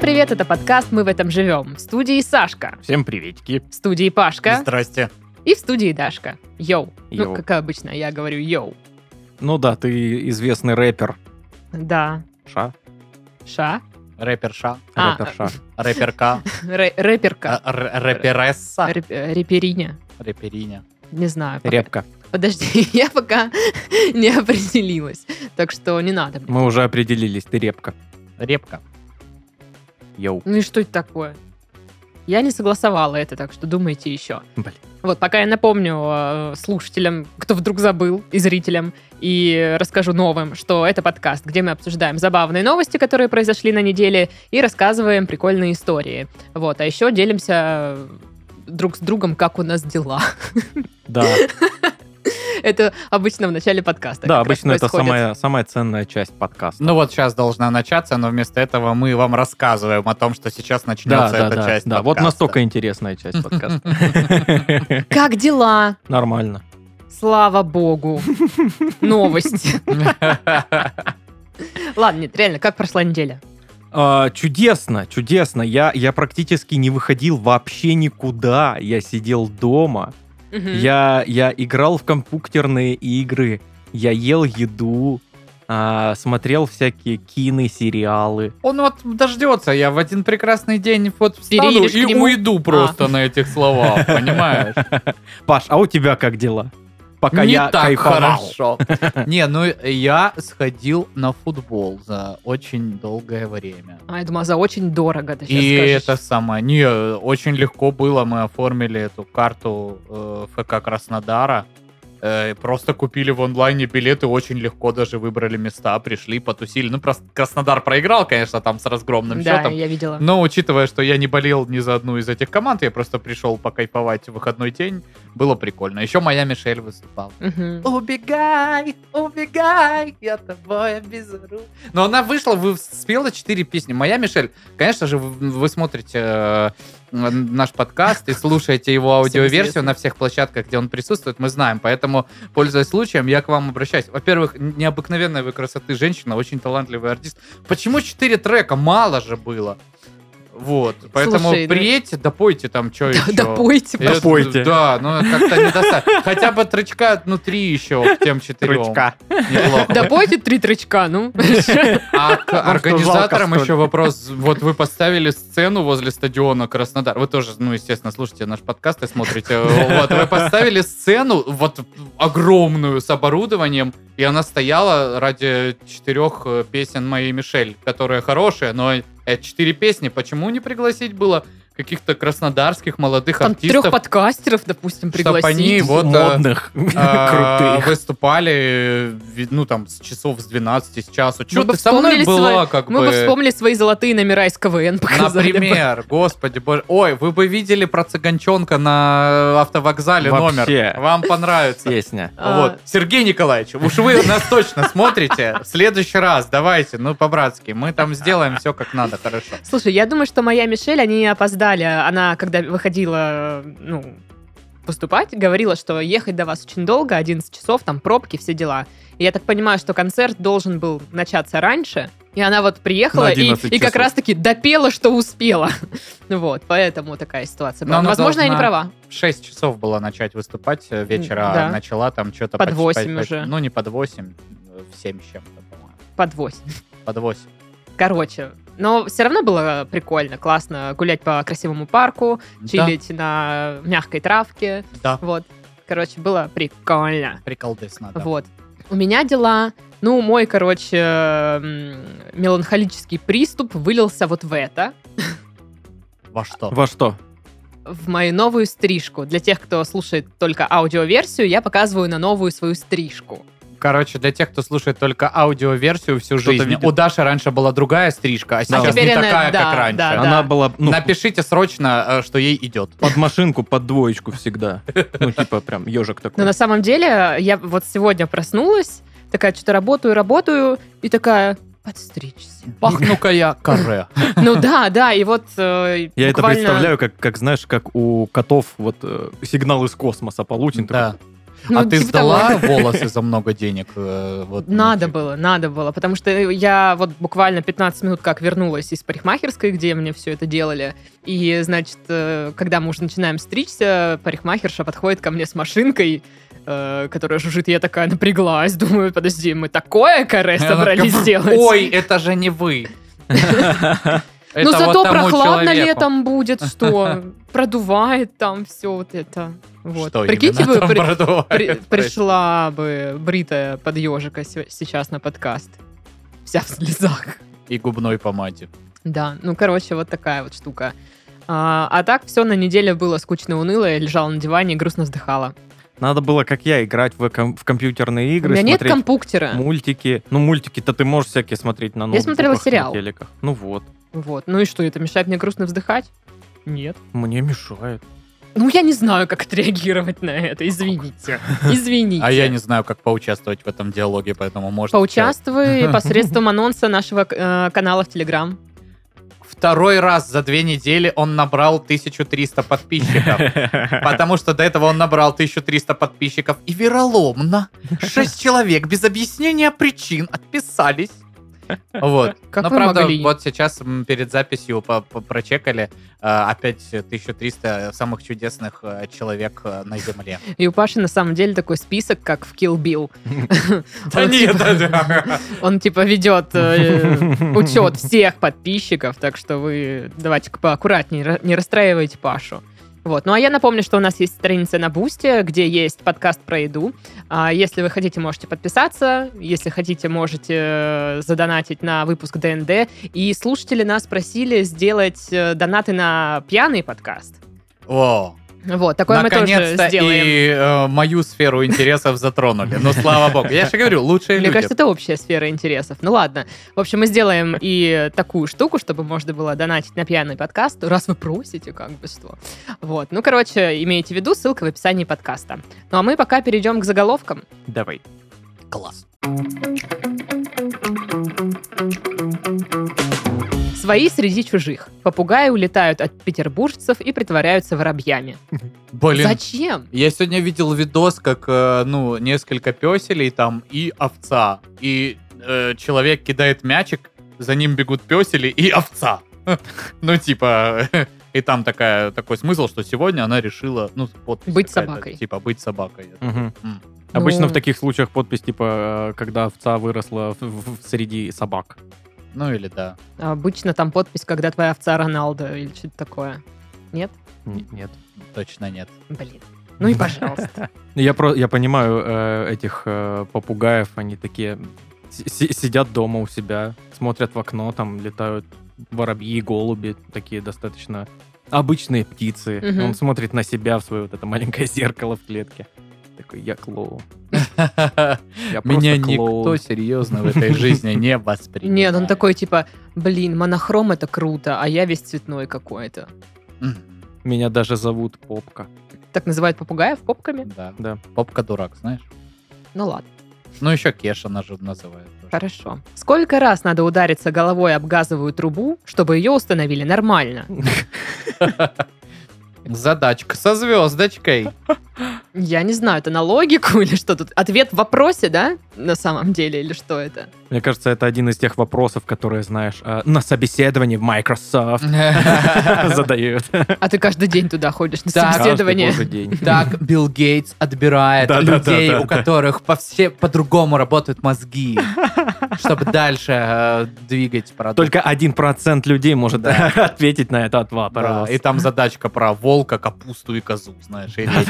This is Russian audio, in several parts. привет, это подкаст «Мы в этом живем». В студии Сашка, Всем приветики. в студии Пашка Здрасте. и в студии Дашка. Йоу. Ну, Йоу. как обычно, я говорю йоу. Ну да, ты известный рэпер. Да. Ша. Ша? Рэперша, А, Рэперша. рэперка, Рэ- рэперка. а, р- рэпересса, Рэп- э, Рэпериня. рэпериня. Не знаю. пока- Репка. Подожди, я пока не определилась. Так что не надо. мне. Мы уже определились, ты репка. Репка. Йоу. Ну и что это такое? Я не согласовала это, так что думайте еще. Блин. Вот, пока я напомню э, слушателям, кто вдруг забыл, и зрителям, и расскажу новым, что это подкаст, где мы обсуждаем забавные новости, которые произошли на неделе, и рассказываем прикольные истории. Вот, а еще делимся э, друг с другом, как у нас дела. Да, Это обычно в начале подкаста. как да, раз обычно это происходит. самая, самая ценная часть подкаста. Ну вот сейчас должна начаться, но вместо этого мы вам рассказываем о том, что сейчас Да, начнется да, эта да, часть да. Вот подкаста. настолько интересная часть подкаста. Как дела? Нормально. Слава богу. Новость. Ладно, нет, реально, как прошла неделя? А, чудесно, чудесно. Я, я практически не выходил вообще никуда. Я сидел дома. Мгм. Я, я играл в компьютерные игры, я ел еду, а, смотрел всякие кино, сериалы. Он вот дождется, я в один прекрасный день вот встану Переедешь к и нему? уйду просто на этих словах, понимаешь? Паш, а у тебя как дела? Пока Не я так кайфовал. хорошо. Не, ну я сходил на футбол за очень долгое время. А, я думала, за очень дорого ты сейчас И скажешь. это самое. Не, очень легко было. Мы оформили эту карту э, ФК Краснодара. Э, просто купили в онлайне билеты, очень легко даже выбрали места, пришли, потусили. Ну, просто Краснодар проиграл, конечно, там с разгромным Да, счетом. я видела. Но учитывая, что я не болел ни за одну из этих команд, я просто пришел покайфовать в выходной день, было прикольно. Еще моя Мишель выступала. Мгм. Убегай, убегай, я тобой обезру. Но она вышла, вы спела четыре песни. Моя Мишель, конечно же, вы, вы смотрите э, наш подкаст и слушаете его аудиоверсию известно. на всех площадках, где он присутствует, мы знаем. Поэтому, пользуясь случаем, я к вам обращаюсь. Во-первых, необыкновенная вы красоты женщина, очень талантливый артист. Почему четыре трека? Мало же было. Вот, поэтому Слушай, ну- приедьте, допойте там что Да, еще. да пойте, Я- пожалуйста. Допойте. Да, ну как-то не достаточно. Хотя бы трычка, ну, три еще к тем четырем. Рычка. Неплохо. Да пойте три трычка, ну. А к жалко организаторам столько. еще вопрос. Вот вы поставили сцену возле стадиона Краснодар. Вы тоже, ну, естественно, слушайте наш подкаст и смотрите. Вот, вы поставили сцену вот огромную с оборудованием, и она стояла ради четырех э, песен моей Мишель, которые хорошие, но это четыре песни. Почему не пригласить было каких-то краснодарских молодых Там трех артистов? подкастеров, допустим, Чтоб они пригласить. Вот, а, Модных, А, крутых. выступали, ви- ну, там, с часов с 12, с часу. Че Мы бы ты со мной вспомнили была, свои- как Мы бы бы... вспомнили свои золотые номера из КВН, показали бы. Например, господи боже. Ой, вы бы видели про цыганчонка на автовокзале Вообще. номер. Вам понравится. Песня. А, Вот. Сергей Николаевич, уж вы нас точно смотрите. В следующий раз давайте, ну, по-братски. Мы там сделаем все как надо, хорошо. Слушай, я думаю, что моя Мишель, они опоздали. Она, когда выходила, ну, поступать, говорила, что ехать до вас очень долго, 11 часов, там пробки, все дела. И я так понимаю, что концерт должен был начаться раньше, и она вот приехала На и, 11 и как часов. раз-таки допела, что успела. Вот, поэтому такая ситуация Но была. Но, она возможно, я не должна права. В 6 часов было начать выступать э, вечера, Да. а начала там что-то... Под восемь уже. Ну, не под 8, в 7 с чем-то, по-моему. Под 8. Под 8. Короче, но все равно было прикольно, классно гулять по красивому парку, чилить на мягкой травке. Да, Вот. Короче, было прикольно. Приколдес надо. Вот. У меня дела. Ну, мой, короче, м, меланхолический приступ вылился вот в это. Во что? Во что? В мою новую стрижку. Для тех, кто слушает только аудиоверсию, я показываю на новую свою стрижку. Короче, для тех, кто слушает только аудиоверсию всю Кто-то жизнь, видит. у Даши раньше была другая стрижка, а сейчас теперь не она- такая, да, как раньше. да, да. Она была ну, Напишите срочно, э, что ей идет. под машинку, под двоечку всегда. Ну, типа прям ежик Но такой. Ну, на самом деле, я вот сегодня проснулась, такая, что-то работаю, работаю, и такая, подстричься. Пахну-ка я каре. Ну да, да, и вот э, Я это буквально- представляю, как, как знаешь, как у котов вот э, сигнал из космоса получен. такой, Да. Ну, а ты типа сдала волосы за много денег? э, вот, ну, Надо типа? было, надо было, потому что я вот буквально 15 минут как вернулась из парикмахерской, где мне все это делали, и, значит, э, когда мы уже начинаем стричься, парикмахерша подходит ко мне с машинкой, э, которая жужжит, я такая напряглась, думаю, подожди, мы такое каре И она такая, собрались сделать. Ой, это же не вы. Ну Это вот зато тому прохладно человеку. летом будет, что продувает там все вот это. Вот. Что Прикиньте, именно вы там при- продувает? при- пришла бы бритая под ежика се- сейчас на подкаст. Вся в слезах. И губной помаде. Да, ну, короче, вот такая вот штука. А, а так все на неделе было скучно и уныло. Я лежала на диване и грустно вздыхала. Надо было, как я, играть в, ком- в компьютерные игры, У меня нет смотреть компуктера. мультики. Ну, мультики-то ты можешь всякие смотреть на ноутбуках, смотрела на сериал. телеках. Ну вот, Вот. Ну и что, это мешает мне грустно вздыхать? Нет. мне мешает. Ну, я не знаю, как отреагировать на это. Извините. Извините. А я не знаю, как поучаствовать в этом диалоге, поэтому может... Поучаствуй посредством анонса нашего э, канала в Телеграм. Второй раз за две недели он набрал 1300 подписчиков. Потому что до этого он набрал 1300 подписчиков. И вероломно 6 человек без объяснения причин отписались. Вот. Как Но вы Ну, правда, могли? вот сейчас м, перед записью по- по- прочекали э, опять 1300 самых чудесных э, человек э, на Земле. И у Паши на самом деле такой список, как в Kill Bill. Да Он нет, типа- да. Он типа ведет э, учет всех подписчиков, так что вы давайте-ка поаккуратнее, ра- не расстраивайте Пашу. Вот. Ну а я напомню, что у нас есть страница на Бусте, где есть подкаст про еду. А если вы хотите, можете подписаться. Если хотите, можете э, задонатить на выпуск ДНД. И слушатели нас просили сделать э, донаты на пьяный подкаст. О, Вот, такое мы тоже наконец-то сделаем. и э, мою сферу интересов затронули. Ну, слава богу. Я же говорю, лучшие Мне люди. кажется, это общая сфера интересов. Ну ладно. В общем, мы сделаем и такую штуку, чтобы можно было донатить на пьяный подкаст, раз вы просите, как бы что. Вот. Ну, короче, имейте в виду, ссылка в описании подкаста. Ну а мы пока перейдем к заголовкам. Давай. Класс. Свои среди чужих. Попугаи улетают от петербуржцев и притворяются воробьями. Блин, Зачем? Я сегодня видел видос, как, э, ну, несколько песелей там и овца. И э, человек кидает мячик, за ним бегут песели и овца. Ну, типа, и там такая, такой смысл, что сегодня она решила, ну, подпись Быть какая-то, собакой. Типа, быть собакой. Мгм. М. Обычно Ну. в таких случаях подпись типа, э, когда овца выросла в- в- среди собак. Ну, или да. Обычно там подпись, когда твоя овца Роналдо или что-то такое. Нет? Н- Нет. Точно нет. Блин. Ну и пожалуйста. Я, про, я понимаю э, этих э, попугаев, они такие си- си- сидят дома у себя, смотрят в окно, там летают воробьи, голуби, такие достаточно обычные птицы. Мгм. Он смотрит на себя в свое вот это маленькое зеркало в клетке. Такой, я клоун. Я Меня просто клоун». никто серьезно в этой жизни не воспринимает. Нет, он такой типа, блин, монохром это круто, а я весь цветной какой-то. М, Меня даже зовут Попка. Так называют попугаев попками? Да. Да. Попка дурак, знаешь? Ну ладно, Ну, еще Кеша нас же называют. тоже. хорошо. Сколько раз надо удариться головой об газовую трубу, чтобы ее установили нормально? Задачка со звездочкой. Я не знаю, это на логику или что тут? Ответ в вопросе, да? На самом деле, или что это? Мне кажется, это один из тех вопросов, которые, знаешь, э, на собеседовании в Microsoft задают. А ты каждый день туда ходишь на Так. собеседование. Каждый божий день. Так Билл Гейтс отбирает Да-да-да-да-да. людей, у которых по все по-другому работают мозги, чтобы дальше э, двигать продукт. Только один процент людей может Да. ответить на этот Да, вопрос. и там задачка про волка, капусту и козу, знаешь. и речь.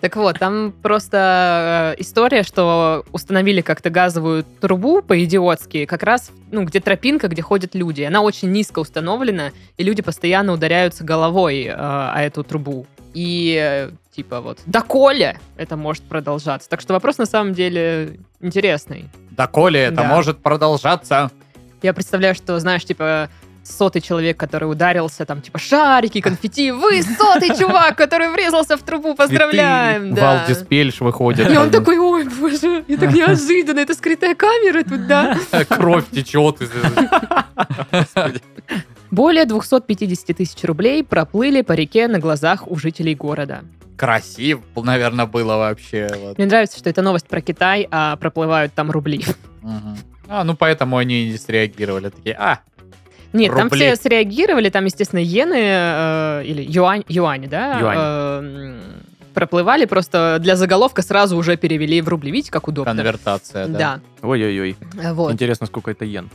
Так вот, там просто э, история, что установили как-то газовую трубу по-идиотски, как раз, ну, где тропинка, где ходят люди. Она очень низко установлена, и люди постоянно ударяются головой э, о эту трубу. И э, типа вот, доколе это может продолжаться. Так что вопрос на самом деле интересный. Доколе это Да. может продолжаться? Я представляю, что, знаешь, типа сотый человек, который ударился, там, типа, шарики, конфетти, вы сотый чувак, который врезался в трубу, поздравляем! да. Валдис Пельш выходит. И он такой, ой, боже, это так неожиданно, это скрытая камера тут, да. Кровь течет. из- Более 250 тысяч рублей проплыли по реке на глазах у жителей города. красиво, наверное, было вообще. вот. Мне нравится, что это новость про Китай, а проплывают там рубли. Мгм. А, ну поэтому они и не среагировали. Такие, а, Нет, там Рубли. все среагировали, там, естественно, иены э, или юань, юани, да? Юани. э, м, проплывали, просто для заголовка сразу уже перевели в рубли. Видите, как удобно? конвертация, да. Да, Ой-ой-ой. Э, вот. Интересно, сколько это йен?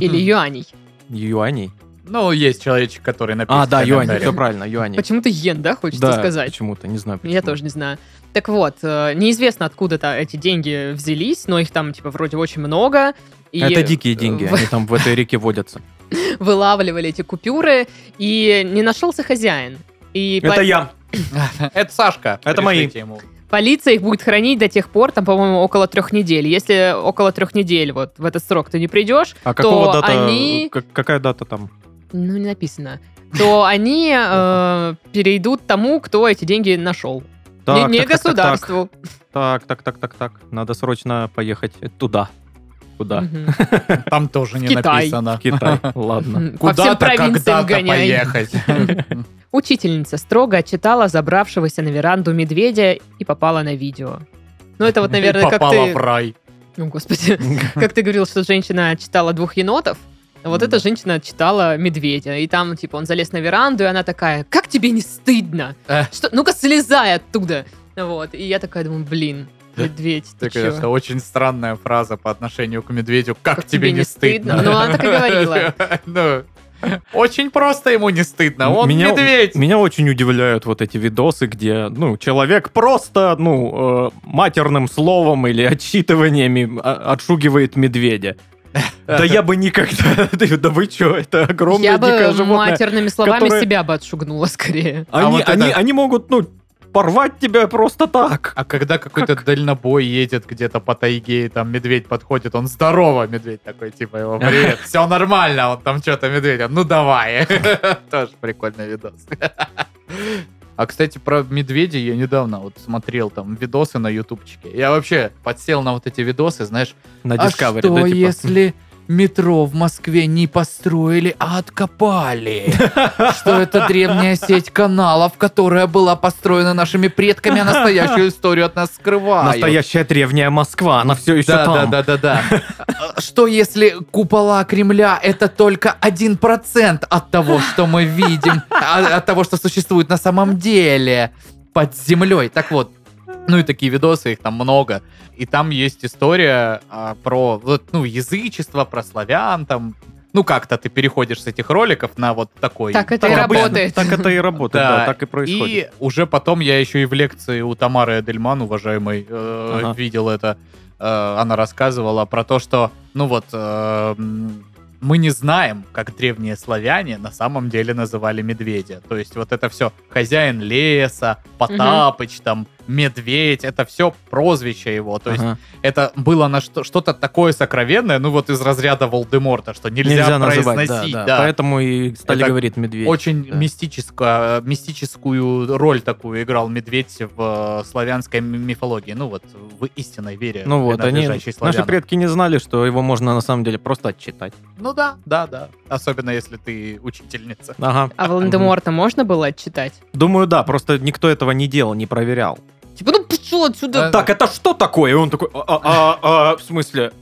Или юаней. Юаней? Ну, есть человечек, который написал. А, да, юаней, все правильно, юаней. Почему-то йен, да, хочется Да, сказать? почему-то, не знаю. Я почему. тоже не знаю. Так вот, э, неизвестно, откуда-то эти деньги взялись, но их там, типа, вроде очень много. И Это дикие деньги, в- они там в этой реке водятся. Вылавливали эти купюры, и не нашелся хозяин. И по- я. Это Сашка. Это мои. Пришлите ему. полиция их будет хранить до тех пор, там, по-моему, около трех недель. Если около трех недель вот в этот срок ты не придешь, А какого то дата? они... как- Какая дата там? Ну, не написано. То они э, перейдут тому, кто эти деньги нашел. Не- Так, не так, так, так, государству. Так, так, так, так, так. Надо срочно поехать туда. Куда? Мгм. Там тоже В не Китай. В написано. Китай. Ладно. По всем Куда-то, провинциям когда-то гоняй. поехать. Учительница строго отчитала забравшегося на веранду медведя и попала на видео. Ну, это вот, наверное, И как попала ты... в рай. Ну, господи, как ты говорил, что женщина читала двух енотов, вот эта женщина читала медведя, и там, типа, он залез на веранду, и она такая, как тебе не стыдно? Э. Эх. Что? Ну-ка, слезай оттуда! Вот, и я такая думаю, блин, медведь, ты Это, конечно, чё? очень странная фраза по отношению к медведю. Как, тебе не стыдно? Ну, она так и говорила. Ну, Очень просто ему не стыдно. Он меня, медведь. Меня очень удивляют вот эти видосы, где, ну, человек просто, ну, э, матерным словом или отчитываниями а- отшугивает медведя. Да я бы никогда... Да вы что, это огромное Я дикое бы животное. матерными словами которое- себя бы отшугнула скорее. А Они, вот они, это- они могут, ну, порвать тебя просто так. А когда какой-то дальнобой едет где-то по тайге, и там медведь подходит, он здорово, медведь такой, типа его, привет, все нормально, он там что-то медведь, он, ну давай. Тоже прикольный видос. А, кстати, про медведей я недавно вот смотрел там видосы на ютубчике. Я вообще подсел на вот эти видосы, знаешь, На а Discovery, что, да, типа? если метро в Москве не построили, а откопали? Что это древняя сеть каналов, которая была построена нашими предками, а настоящую историю от нас скрывают. Настоящая древняя Москва, она все еще Да, да, там. да, да, да. А Что если купола Кремля это только 1% от того, что мы видим, а- от того, что существует на самом деле под землей? Так вот, ну и такие видосы, их там много. И там есть история а, про вот, ну, язычество, про славян, там, ну как-то ты переходишь с этих роликов на вот такой. Так это и такой Так обычно- работает. Так это и работает, Да. да, так и происходит. и уже потом я еще и в лекции у Тамары Эдельман, уважаемой, э, Ага. видел это. Э, она рассказывала про то, что, ну вот, э, м, мы не знаем, как древние славяне на самом деле называли медведя. То есть вот это все хозяин леса, Потапыч, там, медведь, это все прозвище его. То есть Ага. это было на что- что-то такое сокровенное, ну вот из разряда Волдеморта, что нельзя, называть, произносить. да, да. да. Поэтому и стали Это говорить медведь. Очень да. мистическую, мистическую роль такую играл медведь в э, славянской ми- мифологии. Ну вот, в истинной вере, Ну вот, они, принадлежащей наши славянам. предки не знали, что его можно на самом деле просто отчитать. Ну да, да, да. Особенно если ты учительница. Ага. А Волан-де-Морта можно было отчитать? Думаю, да, просто никто этого не делал, не проверял. Типа, ну пошел отсюда! Да. Так, это что такое? И он такой, «А, а, а, а, в смысле?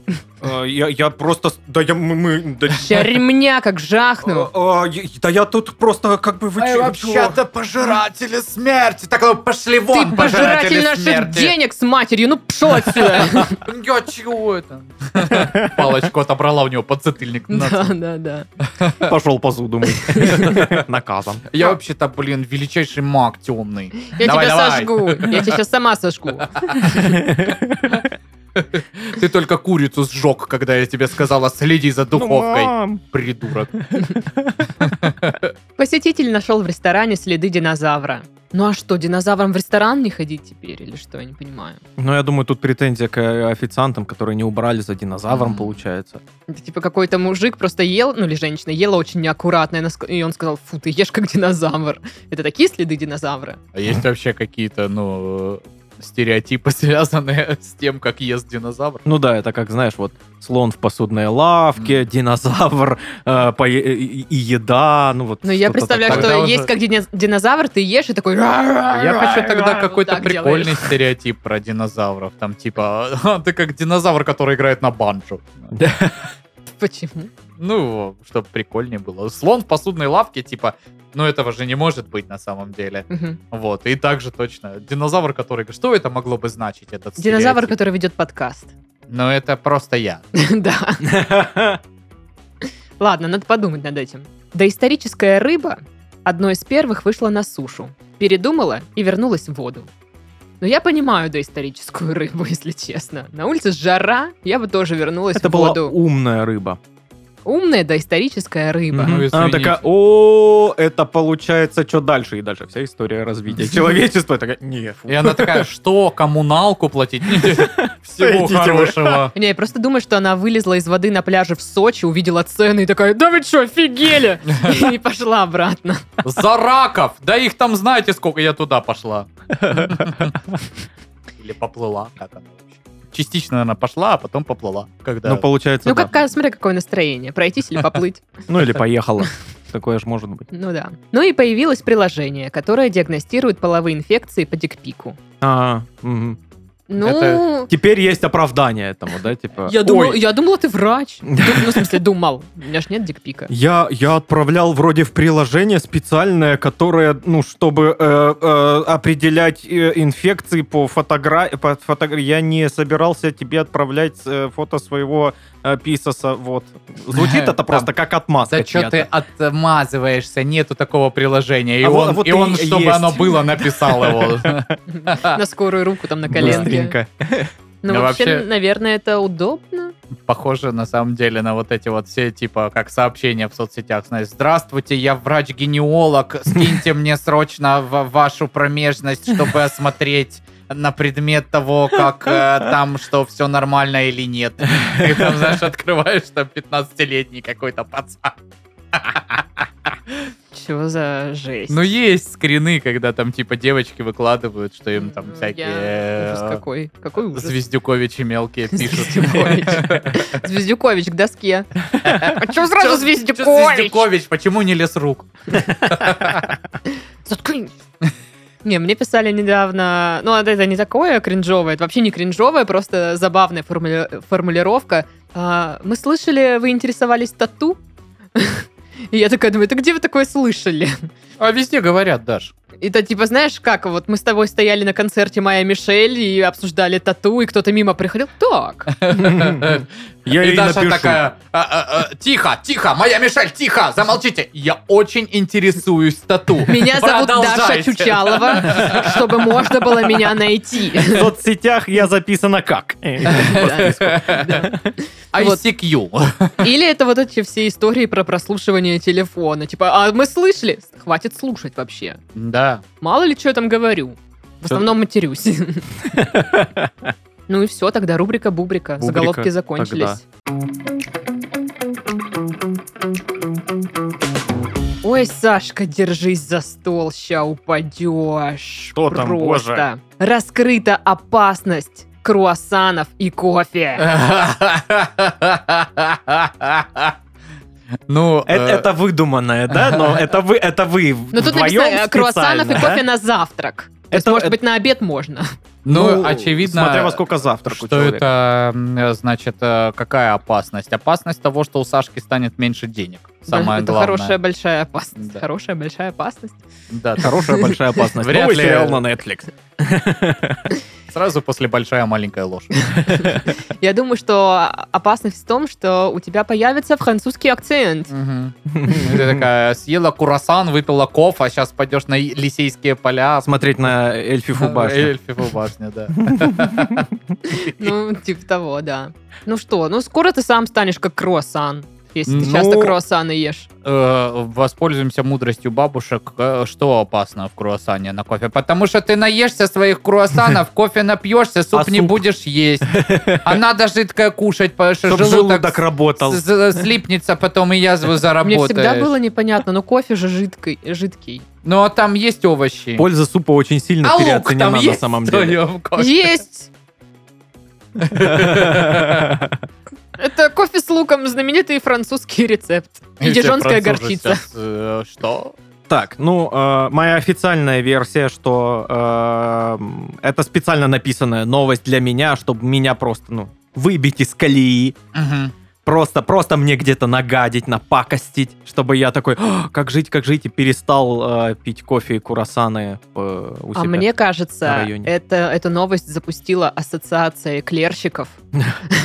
А, Я, я просто, с- да я, мы- мы, да, Ща ремня как жахну. а, а, я- да я тут просто, как бы, вы А А чё- чё? пожиратели смерти. Так, ну, пошли Ты пожиратель наших денег с матерью, ну пшел отсюда! Я чего это? Палочку отобрала у него подзатыльник. на Да, да, да. Пошел позуду Наказан. Я вообще-то, блин, величайший маг темный. Я Давай, тебя давай. сожгу. Я тебя сейчас сама сожгу. Ты только курицу сжег, когда я тебе сказала, следи за Ну, Ну, духовкой, а? придурок. Посетитель нашел в ресторане следы динозавра. Ну а что, динозаврам в ресторан не ходить теперь или что, я не понимаю. Ну, я думаю, тут претензия к э, официантам, которые не убрали за динозавром, Мгм. получается. Это типа какой-то мужик просто ел, ну или женщина ела очень неаккуратно, и она ск- и он сказал, фу, ты ешь как динозавр. Это такие следы динозавра. А есть вообще какие-то, ну, э, стереотипы, связанные с тем, как ест динозавр. Ну да, это как, знаешь, вот слон в посудной лавке, динозавр э, пое- и и еда, ну вот. Ну, я что-то представляю, такое. что Тогда уже- есть как дине- динозавр, ты ешь и такой... Я Я хочу тогда какой-то прикольный стереотип про динозавров. Там типа, «Ха, ты как динозавр, который играет на банджо. Почему? Ну, чтобы прикольнее было. Слон в посудной лавке, типа, ну этого же не может быть на самом деле. Мгм. Вот, и также точно. Динозавр, который... Что это могло бы значить, этот Динозавр, стереотип? который ведет подкаст. Ну, это просто я. Да. Ладно, надо подумать над этим. Доисторическая рыба одной из первых вышла на сушу, передумала и вернулась в воду. Но я понимаю доисторическую рыбу, если честно. На улице жара, я бы тоже вернулась Это в была воду. умная рыба. Умная доисторическая рыба. Мгм. Ну, Она извините. такая, о, это получается, что дальше? И дальше вся история развития человечества. Такая, не, фу». И она такая, что, коммуналку платить? Всего Идите вы. хорошего. Не, я просто думаю, что она вылезла из воды на пляже в Сочи, увидела цены и такая, да вы что, офигели? И пошла обратно. За раков! Да их там знаете сколько, я туда пошла. Или поплыла, как она вообще. Частично она пошла, а потом поплыла. Когда... Ну, получается, Ну, да. как, смотря какое настроение, пройтись или поплыть. Ну, или поехала. Такое же может быть. Ну да. Ну и появилось приложение, которое диагностирует половые инфекции по дикпику. А, мгм. Ну, Это Теперь есть оправдание этому, да, типа. я, «Ой, думал, я думала, ты врач. Дум- Ну, в смысле, думал. У меня ж нет дикпика. Я, я отправлял вроде в приложение специальное, которое, ну, чтобы э, э, определять э, инфекции по фотографии. По фото- Я не собирался тебе отправлять э, фото своего э, писоса. Вот. Звучит это Там. просто как отмазка. Э, Да что ты чья-то. отмазываешься? Нету такого приложения. И А вот- он, вот и он и чтобы есть. оно было, написал его. На скорую руку, там, на коленке. Быстренько. Ну, Да вообще, вообще- наверное, это удобно. Похоже, на самом деле, на вот эти вот все, типа, как сообщения в соцсетях. Знаешь, здравствуйте, я врач-генеолог, скиньте мне срочно в вашу промежность, чтобы осмотреть на предмет того, как э, там, что все нормально или нет. Ты там, знаешь, открываешь, там 15-летний какой-то пацан. Чего за жесть? Ну, есть скрины, когда там, типа, девочки выкладывают, что им там Я- всякие... Ужас э, какой. Какой ужас. Звездюковичи мелкие пишут. Звездюкович. Звездюкович к доске. А чё Чё- сразу чё Звездюкович? Звездюкович, почему не лес рук? Заткнись. Не, мне писали недавно, ну это это не такое кринжовое, это вообще не кринжовое, просто забавная формули- формулировка. А, мы слышали, вы интересовались тату? И я такая думаю, это где вы такое слышали? А везде говорят, Даш. И то типа, знаешь, как вот мы с тобой стояли на концерте Майя Мишель и обсуждали тату, и кто-то мимо приходил. Так, Я Э, и ей Даша напишу. такая, «А, а, а, тихо, тихо, моя Мишель, тихо, замолчите. Я очень интересуюсь тату. меня зовут Даша Продолжайте». Чучалова, чтобы можно было меня найти. В соцсетях я записана как? Э, А Вот. ICQ. Или это вот эти все истории про прослушивание телефона. Типа, а мы слышали? Хватит слушать вообще. Да. Мало ли, что я там говорю. В основном матерюсь. Ну и все, тогда рубрика Бубрика. Бубрика Заголовки тогда. закончились. Ой, Сашка, держись за стол, ща упадешь. Что там, Просто. Раскрыта опасность круассанов и кофе. Ну, Э, э, Это выдуманное, да? Но это вы, это вы Но тут вдвоем написано э, круассанов и специально, кофе на завтрак. То есть, Это- может это- быть, на обед можно. ну, очевидно... Смотря во сколько завтрак у Что человека. это, м, э, значит, э, какая опасность? Опасность того, что у Сашки станет меньше денег. Самое это главное. хорошая большая опасность. Да. Хорошая большая опасность. Да, Хорошая большая опасность. Вряд Новый ли. сериал на Netflix. сразу после большая маленькая ложь. Я думаю, что опасность в том, что у тебя появится французский акцент. Мгм. И Ты такая, съела курасан, выпила кофе, а сейчас пойдешь на и- лисейские поля. Смотреть на Эльфифу башню. Эльфиву башню, да. Ну, типа того, да. Ну что, ну скоро ты сам станешь как круассан, если ты Ну- часто круассаны ешь. Э, Воспользуемся мудростью бабушек, э, что опасно в круассане на кофе. Потому что ты наешься своих круассанов, кофе напьешься, суп А не суп? будешь есть. А надо жидкое кушать, потому что Чтоб желудок желудок работал. с- с- слипнется, потом и язву Мне всегда заработаешь. было непонятно, но кофе же жидкий, жидкий. Но там есть овощи. Польза супа очень сильно А лук переоценена там на есть самом в деле. твоем кофе? Есть! Это кофе с луком, знаменитый французский рецепт. И все дижонская французы горчица. сейчас, э, Что? Так, ну, э, моя официальная версия, что э, м, это специально написанная новость для меня, чтобы меня просто, ну, выбить из колеи. Мгм. Просто, просто мне где-то нагадить, напакостить, чтобы я такой, «А, как жить, как жить, и перестал э, пить кофе и курасаны э, у себя. А мне на кажется, районе. это, эту новость запустила ассоциация эклерщиков.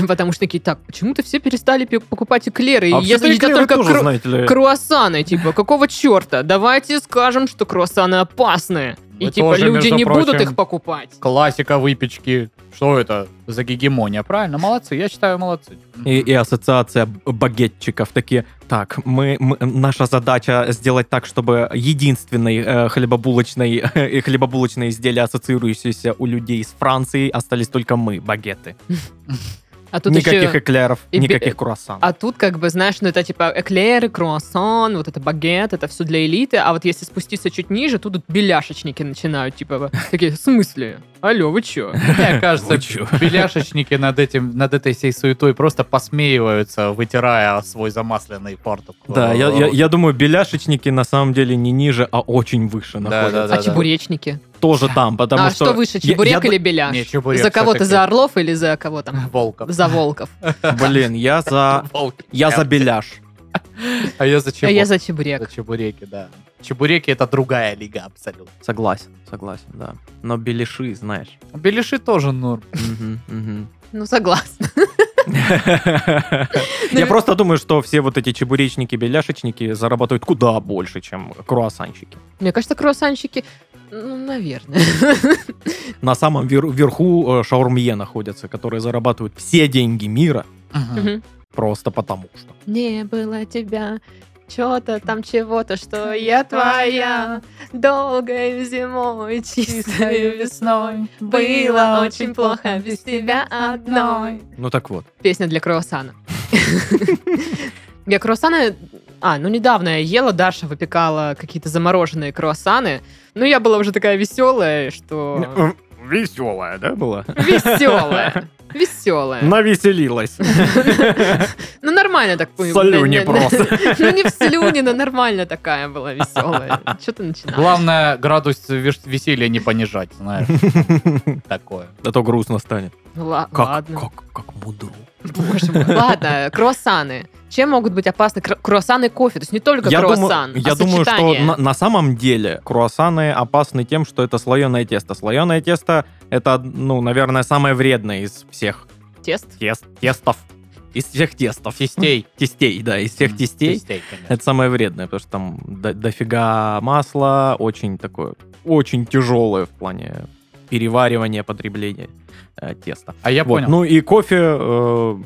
Потому что такие, так, почему-то все перестали пи- покупать эклеры? а Если вообще-то едят эклеры только тоже, кру- знаете ли, круассаны, типа, какого черта? Давайте скажем, что круассаны опасны. И Вы типа тоже, люди между не будут прочим. их покупать. Классика выпечки. Что это за гегемония? Правильно, молодцы. Я считаю, молодцы. И, и ассоциация б- багетчиков такие, так, мы, мы- наша задача сделать так, чтобы единственной э, хлебобулочной, и хлебобулочные изделия, ассоциирующиеся у людей с Францией, остались только мы, багеты. А тут никаких еще... эклеров, и бе- никаких круассанов. А тут, как бы, знаешь, ну это типа эклеры, круассан, вот это багет, это все для элиты. А вот если спуститься чуть ниже, тут беляшечники начинают, типа, такие, в смысле? Алло, вы чё? Мне Вы кажется, чё? беляшечники над этим, над этой всей суетой просто посмеиваются, вытирая свой замасленный портук. Да, я, я- я думаю, беляшечники на самом деле не ниже, а очень выше находятся. А Да-да. чебуречники? Тоже там, потому а что, выше, чебурек или беляш? Не, чебурек за кого-то всё-таки. за орлов или за кого там? Волков. За волков. Блин, я за... Волки. Я за беляш. А я за А чебурек. я за За чебурек. чебуреки, да. Чебуреки это другая лига абсолютно. Согласен, согласен, да. Но беляши, знаешь. Беляши тоже норм. Мгм, мгм. Ну, согласна. Я просто думаю, что все вот эти чебуречники, беляшечники зарабатывают куда больше, чем круассанщики. Мне кажется, круассанчики... Ну, наверное. На самом вер- верху э, шаурмье находятся, которые зарабатывают все деньги мира А. Мгм. просто потому что. Не было тебя, чё-то там чего-то, что я твоя, долгой зимой, чистой весной, было очень плохо без тебя одной. Ну так вот. Песня для круассана. Я круассаны... А, ну недавно я ела, Даша выпекала какие-то замороженные круассаны. Ну, я была уже такая веселая, что... Веселая, Э, да, была? Веселая. Веселая. Навеселилась. Ну, нормально так. ну, Солюни не- не- просто. Ну, не в слюне, но нормально такая была веселая. Что ты начинаешь? Главное, градус веш- веселья не понижать, знаешь, такое. А то грустно станет. Ну, ла- Как, Ладно. как, как мудро. Боже мой. Ладно, круассаны. Чем могут быть опасны кр- круассаны и кофе? То есть не только Я круассан, думаю, я а думаю, что сочетание. на, на самом деле круассаны опасны тем, что это слоеное тесто. Слоеное тесто это, ну, наверное, самое вредное из всех Тест. тест, тестов. Из всех тестов. Тестей. Тестей, да, из всех М, тестей. конечно. Это самое вредное, потому что там до- дофига масла, очень такое, очень тяжелое в плане переваривания, потребления э, теста. А я Вот. понял. Ну и кофе, э,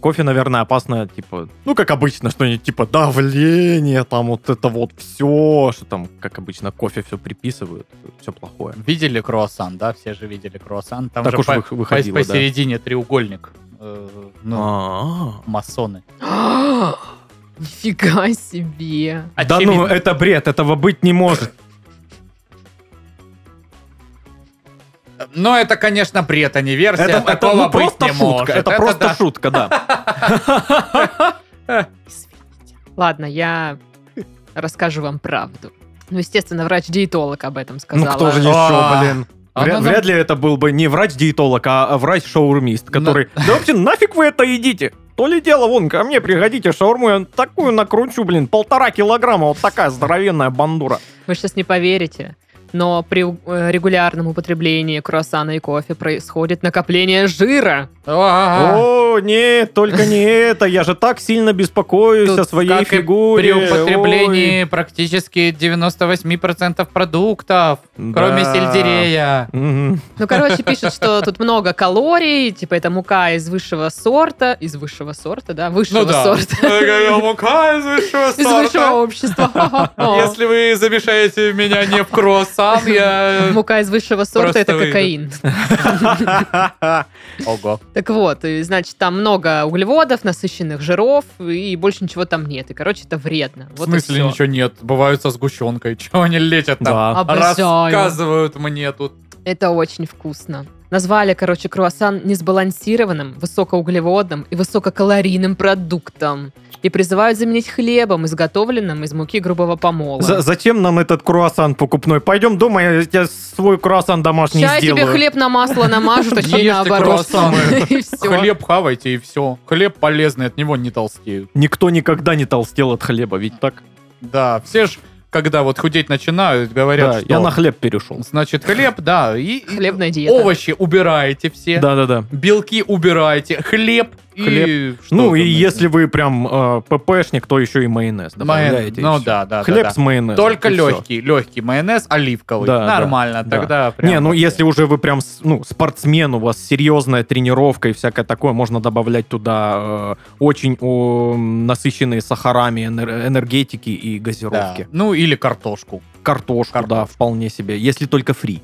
кофе, наверное, опасно, типа, ну как обычно, что-нибудь типа давление, там вот это вот все, что там, как обычно, кофе все приписывают, все плохое. Видели круассан, да? Все же видели круассан. Там так же уж по- вых- выходило, по- да. А. посередине треугольник. Э, Ну, А-а. масоны. Нифига себе. Да ну, Очевидно. это бред, этого быть не может. Но это, конечно, бред, а не версия. Это, это, Такого ну, быть просто не шутка, может. это, просто да. шутка, да. Извините. Ладно, я расскажу вам правду. Ну, естественно, врач-диетолог об этом Ну сказала. кто же А, еще, блин. А Вряд, она нам- вряд ли это был бы не врач-диетолог, а врач-шаурмист, который... ну. Да вообще, нафиг вы это едите? То ли дело, вон, ко мне приходите, шаурму я такую накручу, блин, полтора килограмма, вот такая здоровенная бандура. Вы сейчас не поверите, но при э, регулярном употреблении круассана и кофе происходит накопление жира. А-а-а. О, нет, только не это, я же так сильно беспокоюсь Тут о своей как и фигуре. При употреблении практически 98% продуктов, Ой, кроме да. сельдерея. Мгм. Ну, короче, пишет, что тут много калорий, типа это мука из высшего сорта, из высшего сорта, да, Ну высшего сорта. «А, Мука из высшего Из высшего общества. Если вы замешаете меня не в круассан, я... Мука из высшего сорта Просто это выйду. кокаин. Ого. Так вот, и, значит, там много углеводов, насыщенных жиров, и больше ничего там нет. И, короче, это вредно. В Вот и смысле всё. ничего нет? Бывают со сгущенкой. Чего они летят там? Да. Обожаю. Рассказывают мне тут. Это очень вкусно. Назвали, короче, круассан несбалансированным, высокоуглеводным и высококалорийным продуктом. И призывают заменить хлебом, изготовленным из муки грубого помола. За- зачем нам этот круассан покупной? Пойдем дома, я тебе свой круассан домашний Сейчас я тебе сделаю. хлеб на масло намажу, Не точнее ешьте наоборот. круассаны. И все. Хлеб хавайте и все. Хлеб полезный, от него не толстеют. Никто никогда не толстел от хлеба, ведь так? Да, все ж, когда вот худеть начинают, говорят, да, что... я на хлеб перешел. Значит, хлеб, да, и и Хлебная диета. овощи убираете все, Да-да-да. белки убираете, хлеб, Хлеб. и... что Ну там и еще? если вы прям э, ППшник, то еще и майонез Майонез. добавляете. и Ну всё. да, да, Хлеб да, с да. майонезом. Только и всё. легкий, легкий майонез оливковый. Да, да, Нормально, да. тогда прям Не, ну вообще. если уже вы прям с- ну, спортсмен, у вас серьезная тренировка и всякое такое, можно добавлять туда э, очень о, м, насыщенные сахарами энер- энергетики и Да. газировки. Ну или картошку. Картошку, да, Картошку. вполне себе, если только фри.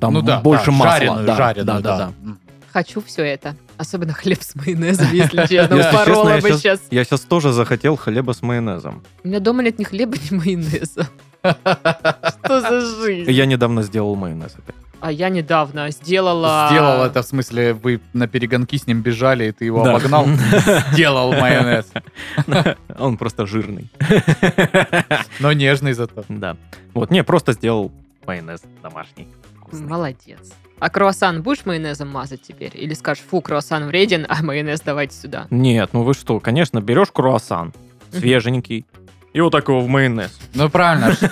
Там ну да, больше да, масла. Жареную, да, жареную, да, да, да. М. Хочу все это. Особенно хлеб с майонезом, если честно. Если честно, Упорола я бы щас- сейчас. Я сейчас тоже захотел хлеба с майонезом. У меня дома нет ни хлеба, ни майонеза. Что за жизнь? Я недавно сделал майонез. А я недавно сделала... Сделал это, в смысле, вы на перегонки с ним бежали, и ты его Да. обогнал. Сделал майонез. Он просто жирный. Но нежный зато. Да. Вот, не, просто сделал майонез домашний. Вкусный. Молодец. А круассан будешь майонезом мазать теперь? Или скажешь, фу, круассан вреден, а майонез давайте сюда? Нет, ну вы что, конечно, берешь круассан, свеженький, и вот такого в майонез. Ну правильно. ш-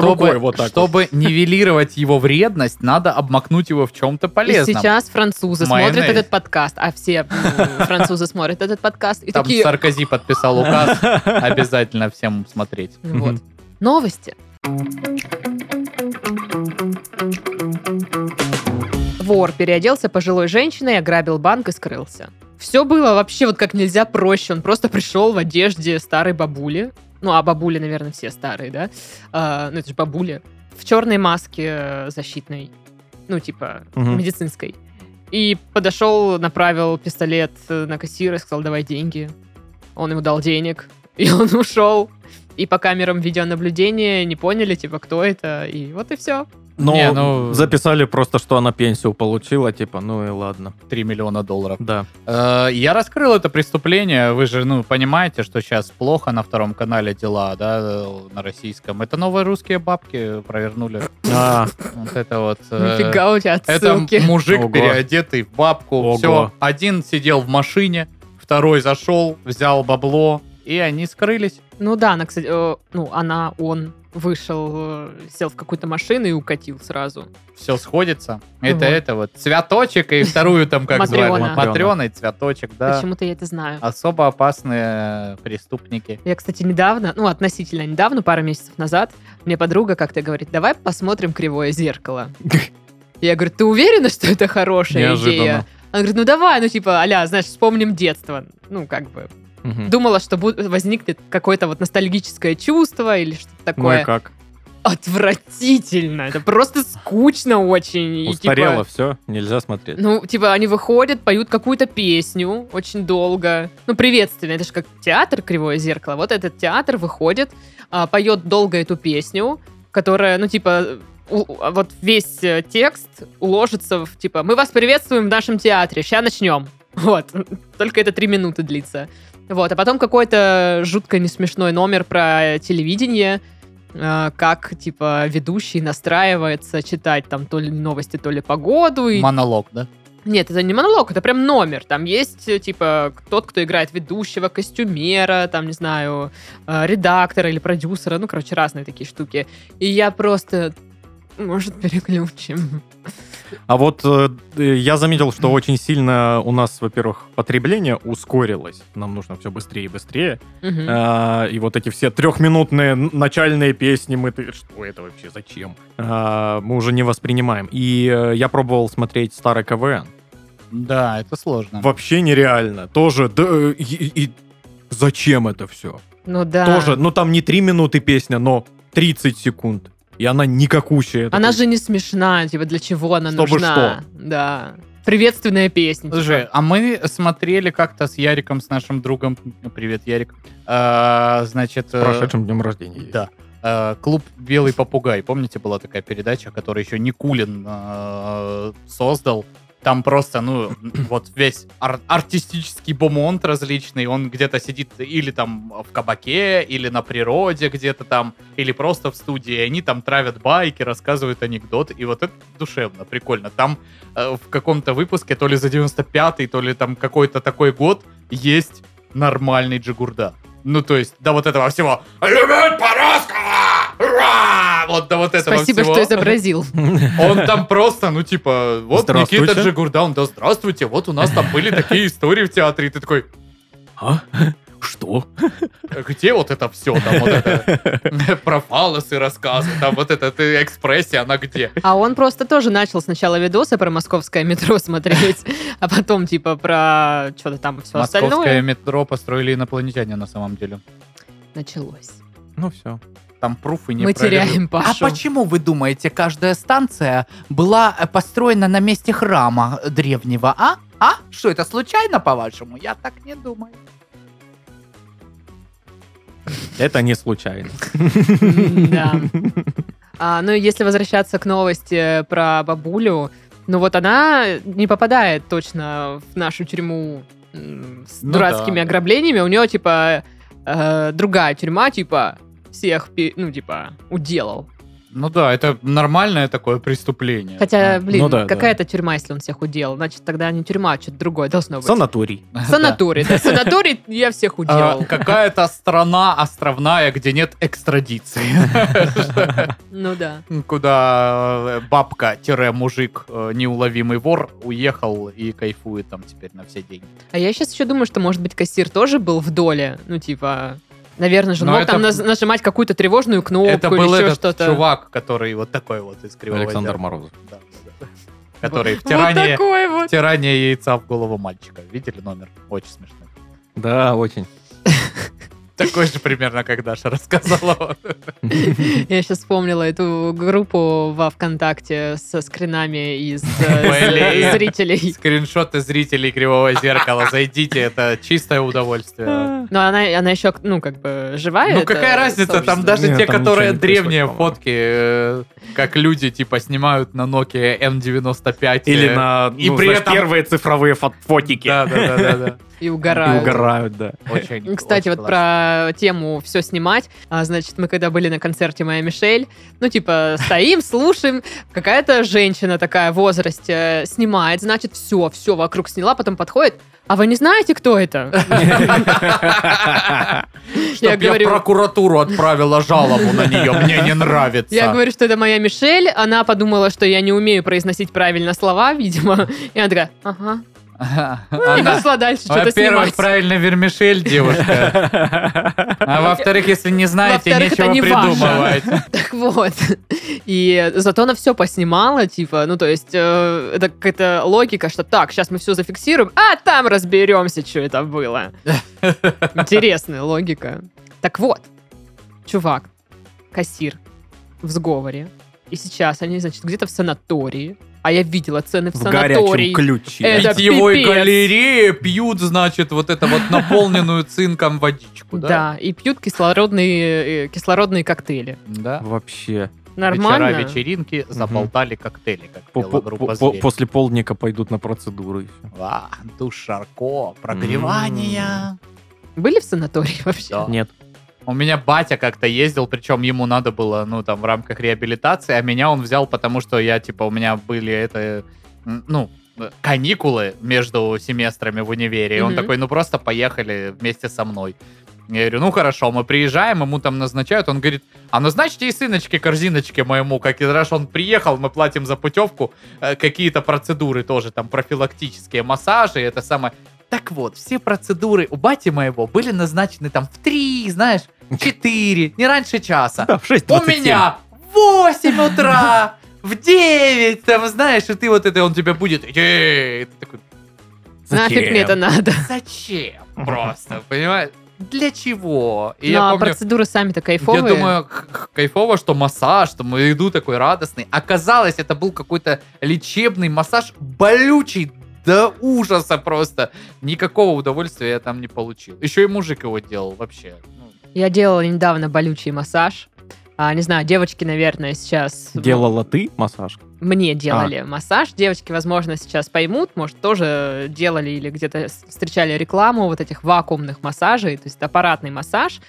Рукой Чтобы, вот так чтобы нивелировать его вредность, надо обмакнуть его в чем-то И полезном. сейчас французы смотрят Майонез. этот подкаст, а все м, французы смотрят этот подкаст и Там такие... Саркози подписал указ. Обязательно всем смотреть. Вот. Мгм. Новости. Вор переоделся пожилой женщиной, ограбил банк и скрылся. Все было вообще вот как нельзя проще. Он просто пришел в одежде старой бабули. Ну, а бабули, наверное, все старые, да? А, ну, это же бабули. В черной маске э, защитной. Ну, типа, Мгм. медицинской. И подошел, направил пистолет э, на кассира и сказал, давай деньги. Он ему дал денег, и он ушел. И по камерам видеонаблюдения не поняли, типа, кто это, и вот и все. Но Не, ну- записали просто, что она пенсию получила, типа, ну и ладно. 3 миллиона долларов. Да. Э, Я раскрыл это преступление. Вы же, ну, понимаете, что сейчас плохо на втором канале дела, да, э, на российском. Это новые русские бабки провернули. А, Вот это вот. э, Нифига у тебя Это отсылки. мужик, Ого. переодетый в бабку. Ого. Все, один сидел в машине, второй зашел, взял бабло, и они скрылись. Ну да, она, кстати, э, ну, она, он вышел, э, сел в какую-то машину и укатил сразу. Все сходится. Ну Это Вот. это вот цветочек и вторую там как звали? Матрёна. Матрёна и цветочек, да. Почему-то я это знаю. Особо опасные э, преступники. Я, кстати, недавно, ну, относительно недавно, пару месяцев назад, мне подруга как-то говорит, давай посмотрим кривое зеркало. Я говорю, ты уверена, что это хорошая Неожиданно. идея? Она говорит, ну давай, ну типа, аля, знаешь, вспомним детство. Ну, как бы, мгм. Думала, что бу- возникнет какое-то вот ностальгическое чувство или что-то Ну и такое. как? Отвратительно. Это просто скучно очень. И, типа, Устарело все, нельзя смотреть. ну, типа, они выходят, поют какую-то песню очень долго. Ну, приветственно. Это же как театр «Кривое зеркало». Вот этот театр выходит, а, поет долго эту песню, которая, ну, типа, у- а вот весь э, текст уложится в, типа, «Мы вас приветствуем в нашем театре, сейчас начнем». Вот. Только это три минуты длится. Вот. А потом какой-то жутко несмешной номер про телевидение, э, как, типа, ведущий настраивается читать там то ли новости, то ли погоду. И Монолог, да? нет, это не монолог, это прям номер. Там есть, э, типа, тот, кто играет ведущего, костюмера, там, не знаю, э, редактора или продюсера. Ну, короче, разные такие штуки. И я просто... Может, переключим? А вот э, я заметил, что очень сильно у нас, во-первых, потребление ускорилось. Нам нужно все быстрее и быстрее. Мгм. А, И вот эти все трехминутные н- начальные песни, мы ты что это вообще, зачем? А, Мы уже не воспринимаем. И э, я пробовал смотреть старый КВН. Да, это сложно. Вообще нереально. Тоже, да, э, и, и зачем это все? Ну да. Тоже, ну там не три минуты песня, но 30 секунд. И она никакущая. Она Такой, же не смешная, типа, для чего она Чтобы нужна? Да. Приветственная песня. Слушай, а мы смотрели как-то с Яриком, с нашим другом. Привет, Ярик. А, значит, э, Прошедшим днем рождения. Да. Э, Клуб Белый попугай. Помните, была такая передача, которую еще Никулин э, создал. Там просто, ну, вот весь ар- артистический бомонд различный. Он где-то сидит или там в кабаке, или на природе где-то там, или просто в студии. И они там травят байки, рассказывают анекдоты. И вот это душевно, прикольно. Там э, в каком-то выпуске, то ли за 95-й, то ли там какой-то такой год, есть нормальный Джигурда. Ну, то есть, до вот этого всего «Любовь по-русскому! Ура!» Вот до вот этого Спасибо, всего. что изобразил. Он там просто, ну, типа, вот Здравствуйте. Никита Джигурда, он, да здравствуйте, вот у нас там были такие истории в театре. И ты такой, А? Что? где вот это все? Там вот это про фалосы рассказы, там вот эта ты экспрессия, она где? А он просто тоже начал сначала видосы про московское метро смотреть, а потом типа про что-то там все остальное. метро построили инопланетяне на самом деле. Началось. Ну все. Там пруфы не Мы теряем Пашу. А почему вы думаете, каждая станция была э, построена на месте храма древнего, а? А? Что это случайно, по-вашему? Я так не думаю. Это не случайно. Да. А, ну, и если возвращаться к новости э, про бабулю, ну вот она не попадает точно в нашу тюрьму м, с Ну дурацкими да. ограблениями. У нее, типа, э, другая тюрьма, типа, всех, пи- ну, типа, уделал. Ну да, это нормальное такое преступление. Хотя, Да. блин, Ну да, какая это тюрьма, если он всех уделал? Значит, тогда не тюрьма, а что-то другое должно быть. Санаторий. Санаторий, да, санаторий я всех А, уделал. Какая-то страна островная, где нет экстрадиции. Ну да. Куда э, бабка-мужик, э, неуловимый вор, уехал и кайфует там теперь на все деньги. А я сейчас еще думаю, что, может быть, кассир тоже был в доле. Ну, типа, наверное же, Но мог это- там наз- нажимать какую-то тревожную кнопку Это или был еще этот что-то. чувак, который вот такой вот из Кривого Александр Дяди. Морозов. Да, да, да. Который Вот такой втирание вот. втирание яйца в голову мальчика. Видели номер? Очень смешно. Да, очень. Такой же примерно, как Даша рассказала. Я сейчас вспомнила эту группу во ВКонтакте со скринами из э, Блин. з- зрителей. Скриншоты зрителей Кривого Зеркала. Зайдите, это чистое удовольствие. Но она, она еще, ну, как бы живая. Ну это какая разница, там сообщество? даже Нет, те, там ничего которые не происходит, древние по-моему. фотки, э, как люди типа снимают на Nokia N95. Или э, на и ну, при знаешь, этом- первые цифровые фо- фотики. Да, да, да, да. И И угорают. угорают, да. да. Очень, Кстати, очень вот классно. про тему все снимать. А, значит, мы когда были на концерте моя Мишель, ну, типа, стоим, слушаем, какая-то женщина такая в возрасте э, снимает, значит, все, все вокруг сняла, потом подходит. А вы не знаете, кто это? Чтоб я говорю- в прокуратуру отправила жалобу на нее, мне не нравится. Я говорю, что это моя Мишель. Она подумала, что я не умею произносить правильно слова, видимо. И она такая, ага. И Она- пошла дальше что-то Во-первых, снимать. правильно вермишель, девушка. А во-вторых, если не знаете, Во-вторых, это нечего не придумывать. Так вот. И зато она все поснимала, типа, ну, то есть, э, это какая-то логика, что так, сейчас мы все зафиксируем, а там разберемся, что это было. Интересная логика. Так вот, чувак, кассир в сговоре, и сейчас они, значит, где-то в санатории, а я видела цены в, В горячем санатории. ключе. Это Ведь его и пипец. галереи пьют, значит, вот это вот наполненную цинком водичку, да? да? и пьют кислородные, э, кислородные коктейли. Да. Вообще. Нормально. Вечера вечеринки заболтали коктейли, как По- пела по- группа по- «Зверь». После полдника пойдут на процедуры. и всё. А, душ Шарко, прогревание. Были в санатории вообще? Да. Нет. У меня батя как-то ездил, причем ему надо было, ну, там, в рамках реабилитации, а меня он взял, потому что я, типа, у меня были это, м, ну, каникулы между семестрами в универе. И он Мгм. такой, ну, просто поехали вместе со мной. Я говорю, ну хорошо, мы приезжаем, ему там назначают. Он говорит, а назначьте и сыночке корзиночке моему, как и раз он приехал, мы платим за путевку, э, какие-то процедуры тоже, там профилактические массажи, это самое. Так вот, все процедуры у бати моего были назначены там в три, знаешь, в четыре, не раньше часа. Да, в 6 У меня 8 утра, в 9, там, знаешь, и ты вот это, он тебя будет, «Эй!» и ты такой, Нафиг мне это надо. зачем просто, понимаешь? для чего? И Ну, я а помню, процедуры сами-то кайфовые. я думаю, к- к- кайфово, что массаж, там иду такой радостный. Оказалось, это был какой-то лечебный массаж, болючий до ужаса просто. Никакого удовольствия я там не получил. Еще и мужик его делал вообще. Ну, Я делала недавно болючий массаж. А, не знаю, девочки, наверное, сейчас... Делала А. ты массаж? Мне делали массаж. Девочки, возможно, сейчас поймут. Может, тоже делали или где-то с- встречали рекламу вот этих вакуумных массажей. То есть аппаратный массаж.